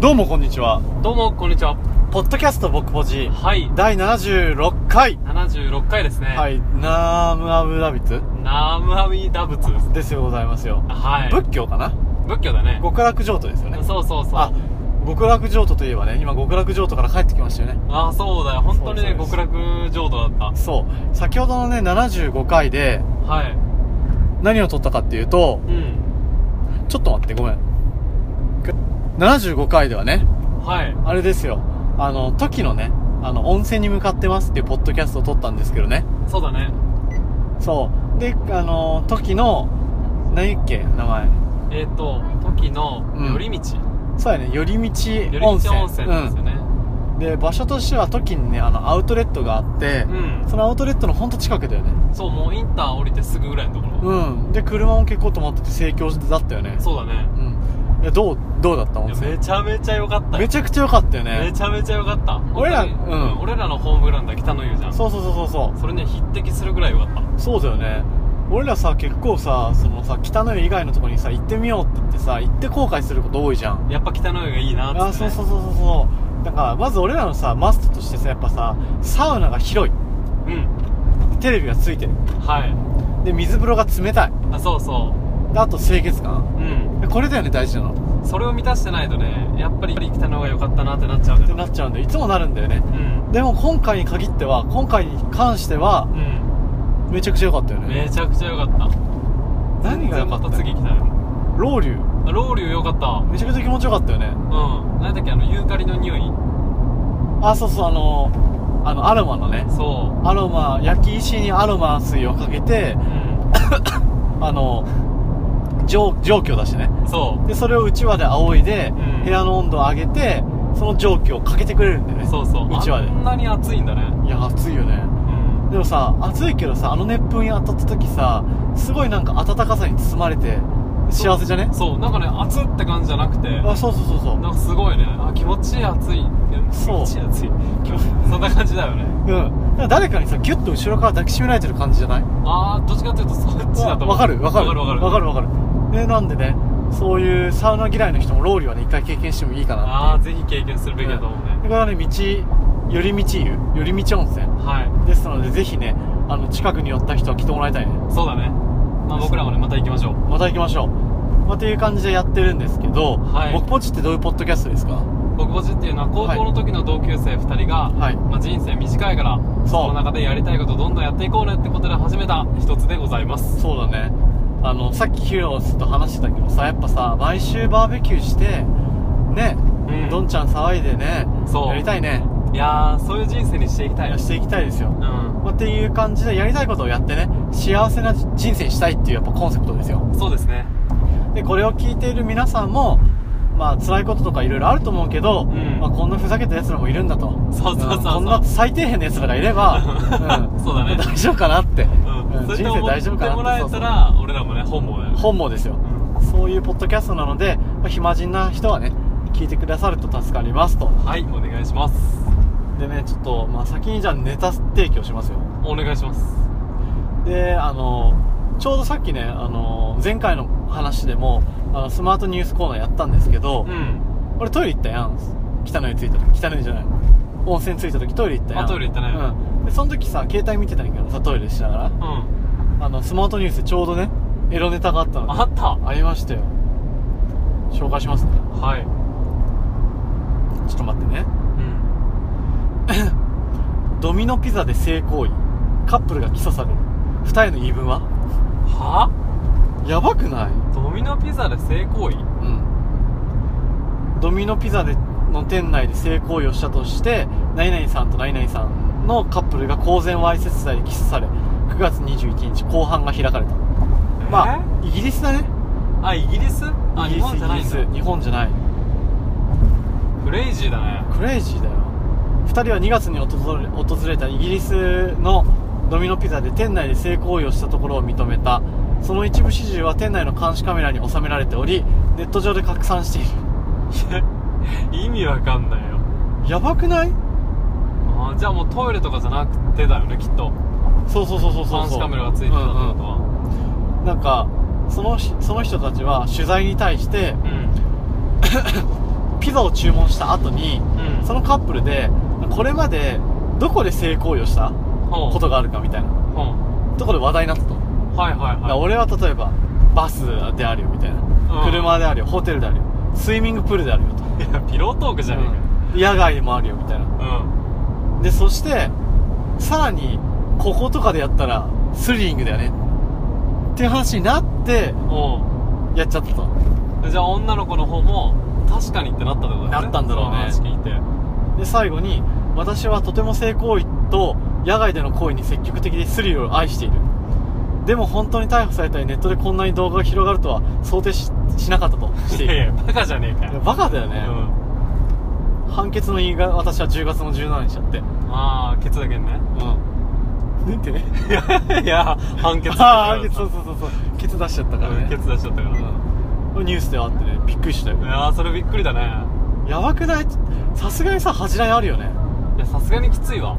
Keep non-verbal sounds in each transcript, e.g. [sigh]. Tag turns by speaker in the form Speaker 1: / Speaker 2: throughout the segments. Speaker 1: どうもこんにちは。
Speaker 2: どうもこんにちは
Speaker 1: ポッドキャスト僕ポジ、
Speaker 2: はい
Speaker 1: 第76回。
Speaker 2: 76回ですね
Speaker 1: はい、ナームアブダビツ
Speaker 2: ナムアミダ仏です
Speaker 1: ですよございますよ。
Speaker 2: はい
Speaker 1: 仏教かな
Speaker 2: 仏教だね
Speaker 1: 極楽浄土ですよね。
Speaker 2: そうそうそう
Speaker 1: あ、極楽浄土といえばね、今極楽浄土から帰ってきましたよね。
Speaker 2: あそうだよ本当にね
Speaker 1: そうです
Speaker 2: 極楽浄土だっ
Speaker 1: そう。先ほどのね、75回で
Speaker 2: たはい
Speaker 1: 何を撮ったかっていうと、
Speaker 2: うん
Speaker 1: ちょっと待って、ごめん。75回ではね、
Speaker 2: はい
Speaker 1: あれですよ。あの、時のね、あの、温泉に向かってますっていうポッドキャストを撮ったんですけどね。
Speaker 2: そうだね
Speaker 1: そう。で、あの、時の、何っけ、名前。
Speaker 2: えっ、ー、と時の
Speaker 1: うん
Speaker 2: 寄り道、
Speaker 1: そうやね、寄り
Speaker 2: 寄り
Speaker 1: 道
Speaker 2: 道
Speaker 1: 温
Speaker 2: 温
Speaker 1: 泉。
Speaker 2: 泉ですよね
Speaker 1: うん。で、場所としては時にね、あの、アウトレットがあって
Speaker 2: う、ん、
Speaker 1: そのアウトレットのほんと近くだよね。
Speaker 2: そうもうインター降りてすぐぐらいのところ、
Speaker 1: うん。で、車も結構止まってて盛況だったよね。
Speaker 2: そうだね
Speaker 1: うん。いや、どう、どうだった
Speaker 2: い
Speaker 1: 温
Speaker 2: や
Speaker 1: 泉
Speaker 2: めちゃめちゃ良かったよ
Speaker 1: めちゃくちゃ良かったよね
Speaker 2: め。ちゃめちゃ良かった
Speaker 1: 俺ら
Speaker 2: 本当に
Speaker 1: うん
Speaker 2: うん、俺らのホームグラウンドは北の湯じゃん
Speaker 1: そうそうそうそうそう。
Speaker 2: それに匹敵するぐらい良かった
Speaker 1: そうだよね俺らさ結構さそのさ北の湯以外のとこにさ行ってみようって言ってさ行って後悔すること多いじゃん
Speaker 2: やっぱ北の湯がいいなっつって、ね、
Speaker 1: あそうそうそうそうそうだからまず俺らのさマストとしてさやっぱさサウナが広い
Speaker 2: うん
Speaker 1: テレビがついてる
Speaker 2: はい
Speaker 1: で水風呂が冷たい
Speaker 2: あそうそ
Speaker 1: であと清潔感
Speaker 2: ううん
Speaker 1: でこれだよね大事なの
Speaker 2: それを満たしてないとねやっぱり北の方が良かったなってなっちゃう
Speaker 1: っ
Speaker 2: んだ
Speaker 1: て
Speaker 2: よな
Speaker 1: なっちゃうんでいつもなるんだよね
Speaker 2: うん
Speaker 1: でも今回に限っては今回に関しては
Speaker 2: うん
Speaker 1: めちゃくちゃ良かったよね
Speaker 2: めちゃくちゃ良かった
Speaker 1: 何が良かった
Speaker 2: 全然また次北の湯
Speaker 1: ロウリュ
Speaker 2: あロウリュ良かった
Speaker 1: めちゃくちゃ気持ちよかったよね
Speaker 2: うん何だっけあのユーカリの匂い
Speaker 1: あそうそうあのあのアロマのね
Speaker 2: そ
Speaker 1: アロマ焼き石にアロマ水をかけて
Speaker 2: ううん
Speaker 1: あの蒸蒸気を出してね
Speaker 2: そ
Speaker 1: でそれをうちわで仰いで、
Speaker 2: うん
Speaker 1: 部屋の温度を上げてその蒸気をかけてくれるんだよ
Speaker 2: う
Speaker 1: ね
Speaker 2: そうそう
Speaker 1: うちわで
Speaker 2: あんなに暑いんだね
Speaker 1: いや暑いよね
Speaker 2: うん
Speaker 1: でもさ暑いけどさあの熱風に当たった時さすごいなんか暖かさに包まれて幸せじゃね
Speaker 2: そうなんかね暑って感じじゃなくて
Speaker 1: あそうそうそうそ
Speaker 2: なんかすごいねあ気持ちいい暑いいや気
Speaker 1: そう
Speaker 2: 持ちいい暑い気持ちいいそんな感じだよね
Speaker 1: ううんだから誰かにさギュッと後ろから抱きしめられてる感じじゃない
Speaker 2: あーどっちかっていうとそっちだと思う
Speaker 1: わかるわかる
Speaker 2: わかるわかる
Speaker 1: わかるわかるでなんでねそういうサウナ嫌いの人もロウリュはね一回経験してもいいかなっていう
Speaker 2: ああぜひ経験するべきだと思うね
Speaker 1: こ、れはね道寄り道湯寄り道温泉
Speaker 2: は
Speaker 1: ですのでぜひねあの近くに寄った人は来てもらいたいね
Speaker 2: いそうだねまあ僕らもねまた行きましょう
Speaker 1: また行きましょうまあ、という感じでやってるんですけど、
Speaker 2: はい
Speaker 1: 僕ポチってどういうポッドキャストですか
Speaker 2: 僕ぼちっていうのは高校の時の同級生2人が、
Speaker 1: はい
Speaker 2: まあ、人生短いから
Speaker 1: う
Speaker 2: その中でやりたいことどんどんやっていこうねってことで始めた一つでございます
Speaker 1: そうだねあのさっきヒロスと話してたけどさやっぱさ毎週バーベキューしてね、
Speaker 2: うん
Speaker 1: どんちゃん騒いでね
Speaker 2: そう
Speaker 1: やりたいね
Speaker 2: いやーそういう人生にしていきたい
Speaker 1: していきたいです
Speaker 2: う
Speaker 1: よ、
Speaker 2: ん
Speaker 1: まあ、っていう感じでやりたいことをやってね幸せな人生にしたいっていうやっぱコンセプトですよ
Speaker 2: そうですね
Speaker 1: でこれを聞いている皆さんもまあ辛いこととかいろいろあると思うけど、
Speaker 2: うん
Speaker 1: まあ、こんなふざけた奴らもいるんだと
Speaker 2: そうそうそうそうん
Speaker 1: こんな最底辺の奴らがいれ
Speaker 2: [laughs]
Speaker 1: ば、うん
Speaker 2: そうだね
Speaker 1: 大丈夫かなって、
Speaker 2: うん、
Speaker 1: [laughs] うん人
Speaker 2: それで
Speaker 1: 生
Speaker 2: 思っ
Speaker 1: 大
Speaker 2: て
Speaker 1: 丈夫
Speaker 2: も
Speaker 1: かなって
Speaker 2: らえ
Speaker 1: そ
Speaker 2: た
Speaker 1: うそう
Speaker 2: ら俺らもね本望だよね
Speaker 1: 本望ですよ
Speaker 2: うん
Speaker 1: そういうポッドキャストなので、まあ、暇人な人はね聞いてくださると助かりますと
Speaker 2: はいお願いします
Speaker 1: でねちょっと、まあ、先にじゃあネタ提供しますよ
Speaker 2: お願いします
Speaker 1: であのちょうどさっきねあの前回の話でもあのスマートニュースコーナーやったんですけど、
Speaker 2: うん
Speaker 1: 俺トイレ行ったやん北の湯着いた時北の湯じゃない温泉着いた時トイレ行ったやん
Speaker 2: あトイレ行ったね
Speaker 1: うんでその時さ携帯見てたんやけどさトイレしながら
Speaker 2: うん
Speaker 1: あのスマートニュースでちょうどねエロネタがあったの
Speaker 2: あった
Speaker 1: ありましたよ紹介しますね
Speaker 2: はい
Speaker 1: ちょっと待ってね
Speaker 2: うん
Speaker 1: ドミノピザで性行為カップルが起訴される二重の言い分は
Speaker 2: は
Speaker 1: やばくない
Speaker 2: ドミノピザで性行為
Speaker 1: うんドミノピザでの店内で性行為をしたとして何々さんと何々さんのカップルが公然わいせつ罪で起訴され9月21日公判が開かれたまあイギリスだね
Speaker 2: ああイギリスあ
Speaker 1: イギ
Speaker 2: 日
Speaker 1: リス
Speaker 2: 本じゃな
Speaker 1: イギ
Speaker 2: いん
Speaker 1: リス
Speaker 2: だ
Speaker 1: 日本じゃない
Speaker 2: クレイジーだね
Speaker 1: クレイジーだよ2人は2月に訪れ訪れたイギリスのドミノピザで店内で性行為をしたところを認めたその一部始終は店内の監視カメラに収められておりネット上で拡散している
Speaker 2: いや意味わかんないよ
Speaker 1: やばくない
Speaker 2: あーじゃあもうトイレとかじゃなくてだよねきっと
Speaker 1: そうそうそうそうそう
Speaker 2: 監視カメラがついてたってことは
Speaker 1: なんかそのひその人たちは取材に対して
Speaker 2: うん
Speaker 1: ピザを注文した後に
Speaker 2: うん
Speaker 1: そのカップルでこれまでどこで性行為をした
Speaker 2: ほう
Speaker 1: ことがあるかみたいな
Speaker 2: ほう
Speaker 1: ところで話題になったと、だか
Speaker 2: はいはい
Speaker 1: ら
Speaker 2: はい
Speaker 1: 俺は例えばバスであるよみたいな、
Speaker 2: うん
Speaker 1: 車であるよホテルであるよスイミングプールであるよと
Speaker 2: いやピロートークじゃね
Speaker 1: 野外でもあるよみたいな
Speaker 2: えかうん
Speaker 1: でそしてさらにこことかでやったらスリリングだよねっていう話になって
Speaker 2: お
Speaker 1: やっちゃったと
Speaker 2: うじゃあ女の子の方も確かにってなったってことだよね
Speaker 1: なったんだろうね
Speaker 2: その話聞いて
Speaker 1: で最後に私はとても性行為と野外での行為に積極的でスリルを愛しているでも本当に逮捕されたりネットでこんなに動画が広がるとは想定ししなかったとしてい
Speaker 2: いや
Speaker 1: る
Speaker 2: いやバカじゃねえか
Speaker 1: いや
Speaker 2: よ
Speaker 1: バカだよ
Speaker 2: う
Speaker 1: ね、
Speaker 2: ん
Speaker 1: 判決の言いが私は10月の17日だって
Speaker 2: ああケツだけにね
Speaker 1: うんなんて
Speaker 2: [laughs] いや判
Speaker 1: [laughs]
Speaker 2: 決
Speaker 1: ああ判決そうそうそうそうケツ出しちゃったから
Speaker 2: うん
Speaker 1: ね
Speaker 2: ケツ出しちゃったから
Speaker 1: ニュースであってねびっくりしたよ
Speaker 2: いやーそれびっくりだね
Speaker 1: やばくないさすがにさ恥じらいあるよね
Speaker 2: いやさすがにきついわ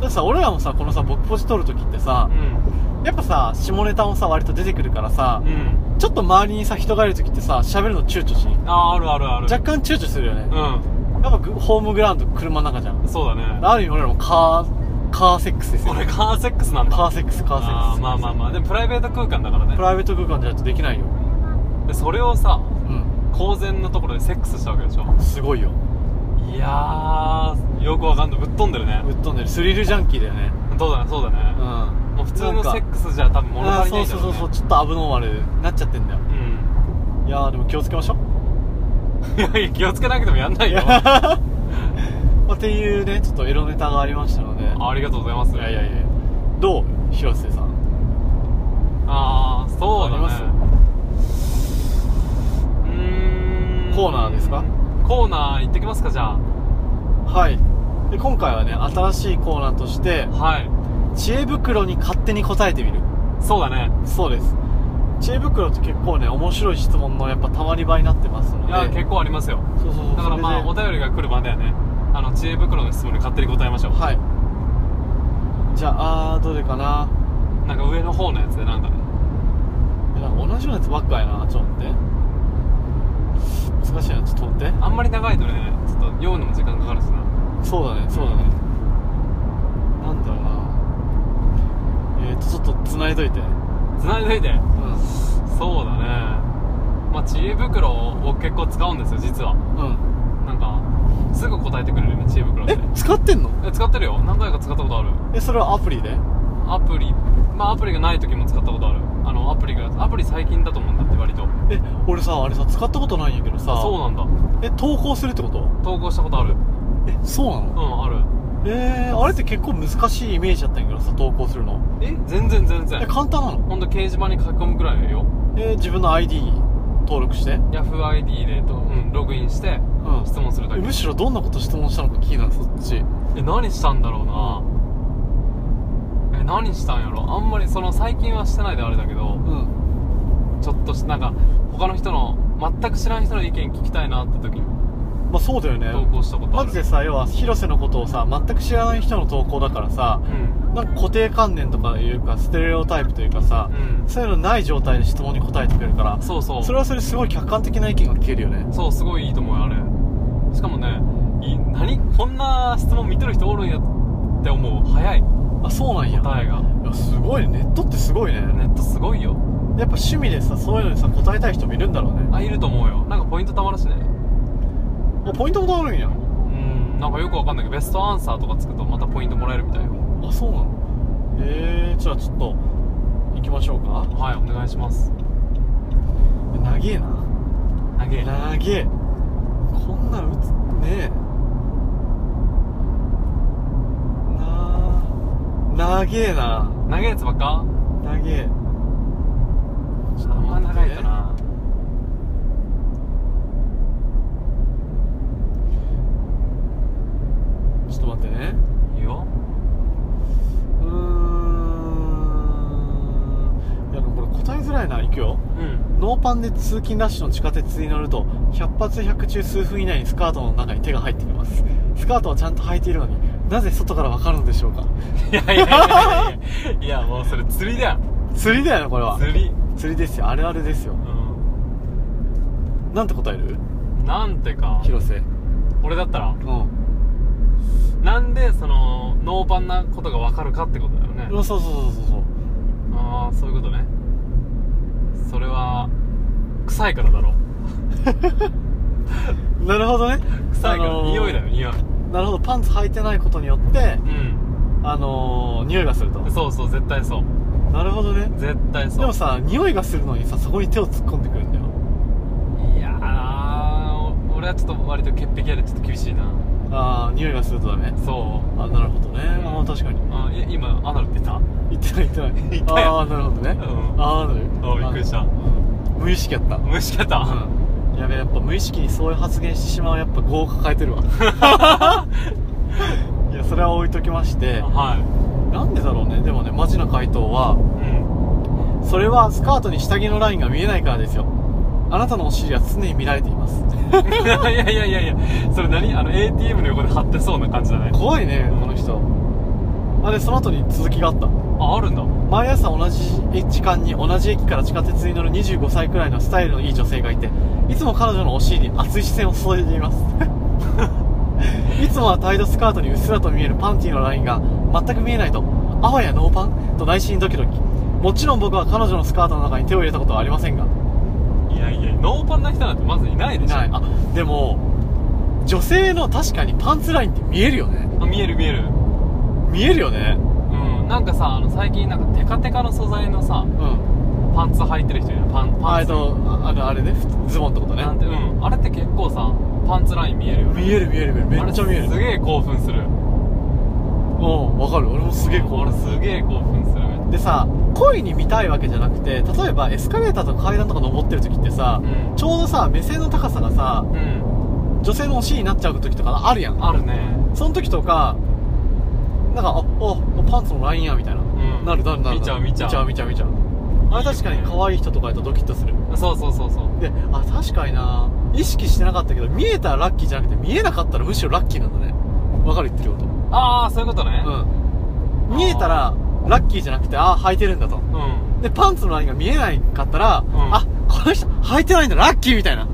Speaker 1: だってさ俺らもさこのさ僕ポジ撮るときってさ
Speaker 2: う、ん
Speaker 1: やっぱさ下ネタもさ割と出てくるからさ、
Speaker 2: うん
Speaker 1: ちょっと周りにさ人がいるときってさ喋るの躊躇しん
Speaker 2: あーあるあるある
Speaker 1: 若干躊躇するよね、やっぱグホームグラウンド車の中じゃん
Speaker 2: うんそうだね
Speaker 1: ある意味俺らもカーカーセックスですよ
Speaker 2: 俺カーセックスなんだ
Speaker 1: カーセックスカーセッ
Speaker 2: あ
Speaker 1: ク
Speaker 2: ー
Speaker 1: ス
Speaker 2: まあまあまあでもプライベート空間だからね
Speaker 1: プライベート空間じゃなくてできないよ
Speaker 2: でそれをさ
Speaker 1: うん
Speaker 2: 公然のところでセックスしたわけでしょ
Speaker 1: すごいよ
Speaker 2: いやーよくわかんないぶっ飛んでるね
Speaker 1: ぶっ飛んでるスリルジャンキーだよね
Speaker 2: そうだねそうだ
Speaker 1: う
Speaker 2: ね、
Speaker 1: ん
Speaker 2: もう普通の
Speaker 1: なんか
Speaker 2: セックスじゃ多分物
Speaker 1: あ
Speaker 2: 足
Speaker 1: ー
Speaker 2: りな
Speaker 1: そそ
Speaker 2: いうだ
Speaker 1: う
Speaker 2: ろ
Speaker 1: そう
Speaker 2: うね
Speaker 1: そうちょっとアブノーマルになっちゃってんだよ
Speaker 2: うん
Speaker 1: いやーでも気をつけましょう
Speaker 2: い [laughs] やいや気をつけなくてもやんないよあ
Speaker 1: [laughs] まあっていうねちょっとエロネタがありましたのでい
Speaker 2: りがとうございます
Speaker 1: やいやいやどう広瀬さん
Speaker 2: ああそうだね
Speaker 1: あり
Speaker 2: うーん
Speaker 1: コーナーですか
Speaker 2: コーナー行ってきますかじゃあ
Speaker 1: はいで今回はね新しいコーナーとして
Speaker 2: はい
Speaker 1: 知恵袋に勝手に答えてみる
Speaker 2: そうだね
Speaker 1: そうです知恵袋って結構ね面白い質問のやっぱたまり場になってますので
Speaker 2: いや結構ありますよ
Speaker 1: そうそうそう
Speaker 2: だからまあお
Speaker 1: それで
Speaker 2: 便りが来るまではねあの知恵袋の質問に勝手に答えましょう
Speaker 1: はいじゃああーどれかな
Speaker 2: なんか上の方のやつでなんかね
Speaker 1: いやなんか同じようなやつばっかやなちょっと待って難しいなちょっと待って
Speaker 2: あんまり長いとねちょっと読むのも時間かかるしな
Speaker 1: そうだねそうだね、なんだろうなえー、とちょっと繋いどいてう
Speaker 2: 繋いでいて
Speaker 1: ん
Speaker 2: そうだねまあ知恵袋を結構使うんですよ実は
Speaker 1: うん
Speaker 2: なんかすぐ答えてくれるよね知恵袋って
Speaker 1: え使ってんの
Speaker 2: え使ってるよ何回か使ったことある
Speaker 1: えそれはアプリで
Speaker 2: アプリまあアプリがない時も使ったことあるあのアプリがアプリ最近だと思うんだって割と
Speaker 1: え俺さあれさ使ったことないんやけどさ
Speaker 2: そうなんだ
Speaker 1: え投稿するってこと
Speaker 2: 投稿したことあるう
Speaker 1: えそうなの
Speaker 2: んある
Speaker 1: えー、あれって結構難しいイメージだったんやけどさ投稿するの
Speaker 2: え全然全
Speaker 1: え
Speaker 2: 然
Speaker 1: 簡単なの
Speaker 2: ほんと掲示板に書き込むくらいよ
Speaker 1: えー、自分の ID 登録して
Speaker 2: YahooID でと、うん、ログインして
Speaker 1: うん
Speaker 2: 質問するだ
Speaker 1: え
Speaker 2: け
Speaker 1: むしろどんなこと質問したのか気になるそっち
Speaker 2: え何したんだろうなえ何したんやろあんまりその最近はしてないであれだけど
Speaker 1: うん
Speaker 2: ちょっとしなんか他の人の全く知らん人の意見聞きたいなって時に
Speaker 1: まあそうだよね
Speaker 2: 投稿したことあ
Speaker 1: マ
Speaker 2: る
Speaker 1: ジでさ要は広瀬のことをさ全く知らない人の投稿だからさ
Speaker 2: うん
Speaker 1: なんか固定観念とかいうかステレオタイプというかさ、
Speaker 2: うん
Speaker 1: そういうのない状態で質問に答えてくれるから
Speaker 2: そうそう
Speaker 1: それはそれですごい客観的な意見が聞けるよね
Speaker 2: そうすごいいいと思うよあれしかもねい何こんな質問見てる人おるんやって思う早い
Speaker 1: あそうなんや
Speaker 2: 答えが
Speaker 1: いやすごいねネットってすごいね
Speaker 2: ネットすごいよ
Speaker 1: やっぱ趣味でさそういうのにさ答えたい人もいるんだろうね
Speaker 2: あいると思うよなんかポイントたまるしね
Speaker 1: あポイントもあるんや
Speaker 2: うんなんかよくわかんないけどベストアンサーとかつくとまたポイントもらえるみたいよ
Speaker 1: あそうなのえー、じゃあちょっと行きましょうか
Speaker 2: はいお願いします
Speaker 1: 長えな
Speaker 2: 投げ
Speaker 1: 長えこんなん打つねえなあ長えな
Speaker 2: 投げやつばっか
Speaker 1: 長え
Speaker 2: あんま長いとな
Speaker 1: ちょっと待ってね
Speaker 2: いいよ
Speaker 1: うーんいやでもこれ答えづらいな行くよ
Speaker 2: うん
Speaker 1: ノーパンで通勤ラッシュの地下鉄に乗ると100発100中数分以内にスカートの中に手が入ってきますスカートはちゃんと履いているのになぜ外からわかるのでしょうか
Speaker 2: いやいやいやいやいやいやもうそれ釣りだよ
Speaker 1: 釣りだよねこれは
Speaker 2: 釣り
Speaker 1: 釣りですよあるあるですよ
Speaker 2: う
Speaker 1: なんて答える
Speaker 2: んなんてか
Speaker 1: 広瀬
Speaker 2: 俺だったら
Speaker 1: うん
Speaker 2: なんでそのノーパンなことが分かるかってことだよね
Speaker 1: そうそうそうそうそう
Speaker 2: ああそういうことねそれは臭いからだろ
Speaker 1: なるほどね
Speaker 2: 臭いから、
Speaker 1: あのー
Speaker 2: 匂いだよ匂い
Speaker 1: なるほどパンツ履いてないことによって
Speaker 2: うん
Speaker 1: あのー、匂いがすると
Speaker 2: そうそう絶対そう
Speaker 1: なるほどね
Speaker 2: 絶対そう
Speaker 1: でもさ匂いがするのにさそこに手を突っ込んでくるんだよ
Speaker 2: いやー俺はちょっと割と潔癖あるちょっと厳しいな
Speaker 1: ああ匂いがするとダメ
Speaker 2: そう
Speaker 1: あなるほどねああ確かに
Speaker 2: あいや今アナルって言った
Speaker 1: 言ってない言ってない
Speaker 2: 言ったよ
Speaker 1: ああなるほどね、
Speaker 2: うん
Speaker 1: ああなる
Speaker 2: あびっくりした
Speaker 1: あうん無意識やった
Speaker 2: 無視やった、
Speaker 1: うんやべえやっぱ無意識にそういう発言してしまうやっぱ業を抱えてる
Speaker 2: [laughs]
Speaker 1: わいやそれは置いときまして
Speaker 2: は
Speaker 1: なんでだろうねでもねマジな回答はい
Speaker 2: うん [laughs]
Speaker 1: それはスカートに下着のラインが見えないからですよあなたのお尻は常に見られています
Speaker 2: いやいやいやいやそれ何あの ATM の横で貼ってそうな感じだね
Speaker 1: 怖いねこの人あれその後に続きがあった
Speaker 2: ああるんだ
Speaker 1: 毎朝同じ時間に同じ駅から地下鉄に乗る25歳くらいのスタイルのいい女性がいていつも彼女のお尻に熱い視線を注いでいます [laughs] いつもはタイドスカートにうっすらと見えるパンティーのラインが全く見えないとあわやノーパンと内心ドキドキもちろん僕は彼女のスカートの中に手を入れたことはありませんが
Speaker 2: いやいやノーパンな人なんてまずいないでしょ
Speaker 1: ないあでも女性の確かにパンツラインって見えるよね
Speaker 2: あ見える見える
Speaker 1: 見えるよね
Speaker 2: うんなんかさあの最近なんかテカテカの素材のさ
Speaker 1: うん
Speaker 2: パンツ履いてる人いるパン
Speaker 1: あえ
Speaker 2: パン
Speaker 1: っ
Speaker 2: ツ
Speaker 1: とああのあれねズボンってことね
Speaker 2: なんてうんあれって結構さパンツライン見えるよね
Speaker 1: 見える見える見えるめっちゃ見え
Speaker 2: あれす
Speaker 1: る
Speaker 2: げえ興奮する
Speaker 1: うんわかる俺もすげえ
Speaker 2: うん
Speaker 1: 怖
Speaker 2: 俺
Speaker 1: い
Speaker 2: すげえ興奮するめっ
Speaker 1: でさ恋に見たいわけじゃなくて例えばエスカレーターとか階段とか登ってる時ってさ、
Speaker 2: うん
Speaker 1: ちょうどさ目線の高さがさ
Speaker 2: ちゃうん
Speaker 1: 女性のお尻になっちゃう時とかあるやん
Speaker 2: あるね
Speaker 1: その時とかなんかああパンツのラインやみたいな、
Speaker 2: ん
Speaker 1: なるなるなる
Speaker 2: 見ちゃう見ちゃう
Speaker 1: 見ちゃう見ちゃう見ちゃうあれ確かに可愛い人とかやとドキッとする
Speaker 2: そうそうそうそう
Speaker 1: であ確かにな意識してなかったけど見えたらラッキーじゃなくて見えなかったらむしろラッキーなんだねわかる言ってること
Speaker 2: ああそういうことね
Speaker 1: うん見えたらラッキーじゃなくてああ履いてるんだと
Speaker 2: うん、
Speaker 1: でパンツのラインが見えないかったら、
Speaker 2: ん
Speaker 1: あこの人履いてないんだラッキーみたいな、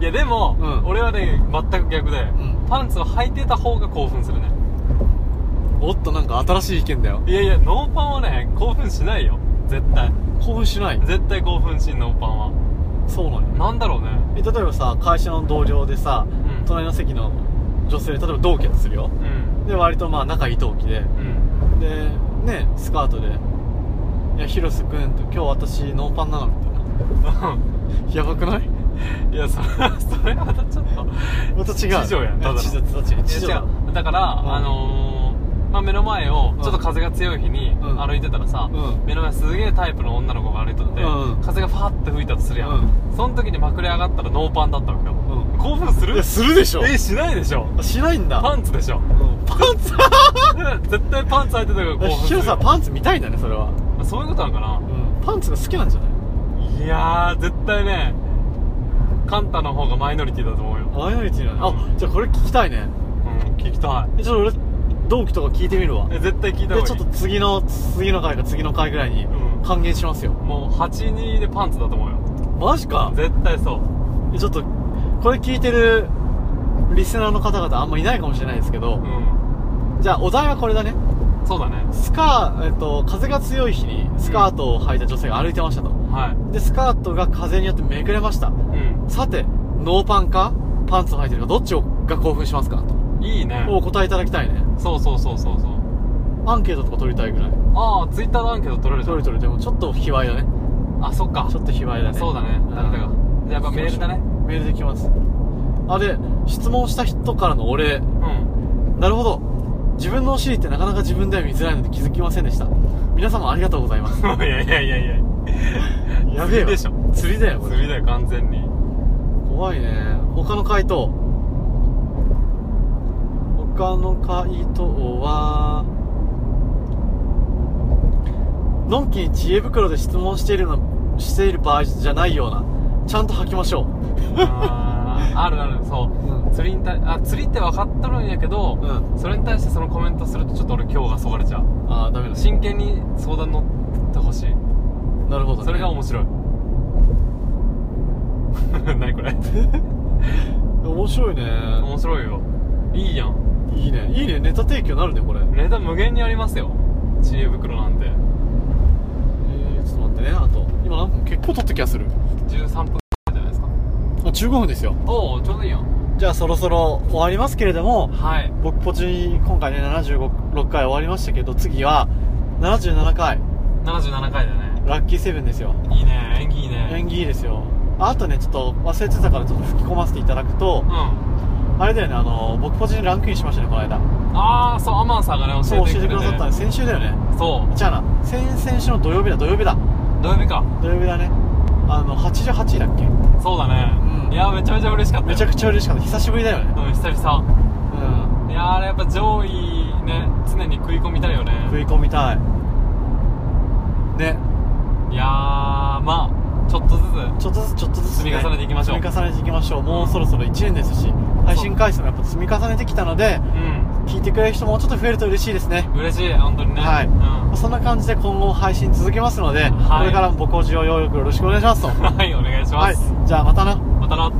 Speaker 2: いやでも、
Speaker 1: うん
Speaker 2: 俺はね全く逆で、
Speaker 1: ん
Speaker 2: パンツを履いてた方が興奮するね
Speaker 1: おっとなんか新しい意見だよ
Speaker 2: いやいやノーパンはね興奮しないよ絶対
Speaker 1: 興奮しない
Speaker 2: 絶対興奮しんノーパンは
Speaker 1: そうなのよ
Speaker 2: なんだろうね
Speaker 1: え例えばさ会社の同僚でさ、
Speaker 2: ん
Speaker 1: 隣の席の女性例えば同期だとするよ
Speaker 2: うん
Speaker 1: で割とまあ仲いい同期で
Speaker 2: うん
Speaker 1: でねスカートで「いや広瀬君と今日私ノーパンなの」みたいなやばくない
Speaker 2: [laughs] いやそれはそれはまたちょっと
Speaker 1: また違う
Speaker 2: 地上やんただの
Speaker 1: 地上ただ違う地上
Speaker 2: いや
Speaker 1: だ
Speaker 2: 違うだから、
Speaker 1: ん
Speaker 2: あのーまあ、目の前を
Speaker 1: うん
Speaker 2: ちょっと風が強い日に
Speaker 1: うん
Speaker 2: 歩いてたらさ、
Speaker 1: うん
Speaker 2: 目の前すげえタイプの女の子が歩いとって、
Speaker 1: うん
Speaker 2: 風がファーって吹いたとするやん、その時にまくれ上がったらノーパンだったわけよ、
Speaker 1: うん
Speaker 2: 興奮する
Speaker 1: いやするでしょ
Speaker 2: えしないでしょ
Speaker 1: あしないんだ
Speaker 2: パンツ
Speaker 1: [laughs]
Speaker 2: でしょ
Speaker 1: うんパンツ
Speaker 2: 絶対パンツ履いてたから興奮す
Speaker 1: ヒ
Speaker 2: るよ
Speaker 1: ロさんパンツ見たいんだねそれは、
Speaker 2: そういうことなのかな
Speaker 1: パンツが好きなんじゃない
Speaker 2: いやー絶対ねカンタの方がマイノリティだと思うよ、
Speaker 1: マイノリティなの、
Speaker 2: うん
Speaker 1: あじゃあこれ聞きたいね
Speaker 2: うん、聞きた
Speaker 1: えちょっと俺同期とか聞いてみるわ
Speaker 2: いえ絶対聞いた
Speaker 1: で
Speaker 2: 方がいい
Speaker 1: ちょっと次の次の回か次の回ぐらいに
Speaker 2: うん
Speaker 1: 還元しますよ、
Speaker 2: もう82でパンツだと思うよ
Speaker 1: マジか
Speaker 2: 絶対そう
Speaker 1: えちょっとこれ聞いてるリスナーの方々あんまいないかもしれないですけど
Speaker 2: う、ん
Speaker 1: じゃあお題はこれだね
Speaker 2: そうだね
Speaker 1: スカー、えっと、風が強い日にスカートを履いた女性が歩いてましたと、
Speaker 2: はい
Speaker 1: でスカートが風によってめくれました
Speaker 2: う
Speaker 1: さてノーパンかパンツを履いてるかどっちが興奮しますか
Speaker 2: んいいね
Speaker 1: とお答えいただきたいね
Speaker 2: そうそうそうそうそう
Speaker 1: アンケートとか取りたいぐらい
Speaker 2: ああツイッターのアンケート取れるじゃ
Speaker 1: 取れ
Speaker 2: ん
Speaker 1: 取れでもちょっと卑猥だね
Speaker 2: あそっか
Speaker 1: ちょっと卑猥だね
Speaker 2: そうだね
Speaker 1: ん
Speaker 2: 誰だかじゃあやっぱメールだね
Speaker 1: メールできますあで質問した人からのお礼
Speaker 2: うん
Speaker 1: なるほど自分のお尻ってなかなか自分では見づらいので気づきませんでした皆様ありがとうござ [laughs] います
Speaker 2: [laughs] いやいやいやいや
Speaker 1: やべえ
Speaker 2: 釣り
Speaker 1: よ
Speaker 2: でしょ
Speaker 1: 釣りだよこ
Speaker 2: 釣り
Speaker 1: れ
Speaker 2: だよ完全に
Speaker 1: 怖いね他の回答他の回答はのんきに知恵袋で質問しているのしている場合じゃないようなちゃんと吐きましょ、
Speaker 2: あーあるあるそう
Speaker 1: う
Speaker 2: う釣りに対あ釣りって分かっとるんやけど、
Speaker 1: う
Speaker 2: それに対してそのコメントするとちょっと俺今日がそがれちゃう
Speaker 1: ああダメだね
Speaker 2: 真剣に相談乗ってほしい
Speaker 1: なるほど、ね、
Speaker 2: [laughs] それが面白い何これ
Speaker 1: 面白いね
Speaker 2: 面白いよいいやん
Speaker 1: いいねいいねネタ提供なるねこれ、え
Speaker 2: ネタ無限にありますよ知恵袋なんて
Speaker 1: ー、ちょっと待ってねあと今なんか結構撮った気がする
Speaker 2: 13分じゃないですか
Speaker 1: あ15分ですよ
Speaker 2: おおちょうどいいやん
Speaker 1: じゃあそろそろ終わりますけれども
Speaker 2: はい
Speaker 1: 僕ポチ今回ね76回終わりましたけど次は77回
Speaker 2: 77回だね
Speaker 1: ラッキーセブンですよ
Speaker 2: いいね演技いいね
Speaker 1: 縁起いいですよああとねちょっと忘れてたからちょっと吹き込ませていただくと
Speaker 2: うん
Speaker 1: あれだよねあの僕ポチにランクインしましたねこの間
Speaker 2: ああそうアマンさんがね
Speaker 1: そ
Speaker 2: 教
Speaker 1: う
Speaker 2: えて
Speaker 1: 教え
Speaker 2: く
Speaker 1: て
Speaker 2: れて
Speaker 1: くださったね先週だよね
Speaker 2: そう
Speaker 1: じゃあな先々週の土曜日だ土曜日だ
Speaker 2: 土曜日か
Speaker 1: 土曜日だねあの88位だっけ
Speaker 2: そうだね、
Speaker 1: うん
Speaker 2: いやめちゃめちゃ嬉しかったよ
Speaker 1: めちゃくちゃ嬉しかった久しぶりだよね
Speaker 2: うん久々
Speaker 1: うん
Speaker 2: いやーあれやっぱ上位ね常に食い込みたいよね
Speaker 1: 食い込みたいね
Speaker 2: いやーまあちょっとずつ
Speaker 1: ちょっとずつちょっとずつ、ね、
Speaker 2: 積み重ねていきましょう
Speaker 1: 積み重ねていきましょうもうそろそろ1年ですし配信回数もやっぱ積み重ねてきたので
Speaker 2: う
Speaker 1: 聞いてくれる人もうちょっと増えると嬉しいですね
Speaker 2: ん嬉しい本当にね
Speaker 1: はい
Speaker 2: うん [laughs]
Speaker 1: そんな感じで今後配信続けますので、
Speaker 2: はい
Speaker 1: これからもご購入をよろしくお願いしますと。
Speaker 2: はい、お願いし
Speaker 1: は
Speaker 2: ま
Speaker 1: い
Speaker 2: す。、
Speaker 1: じゃあまたな。
Speaker 2: またな。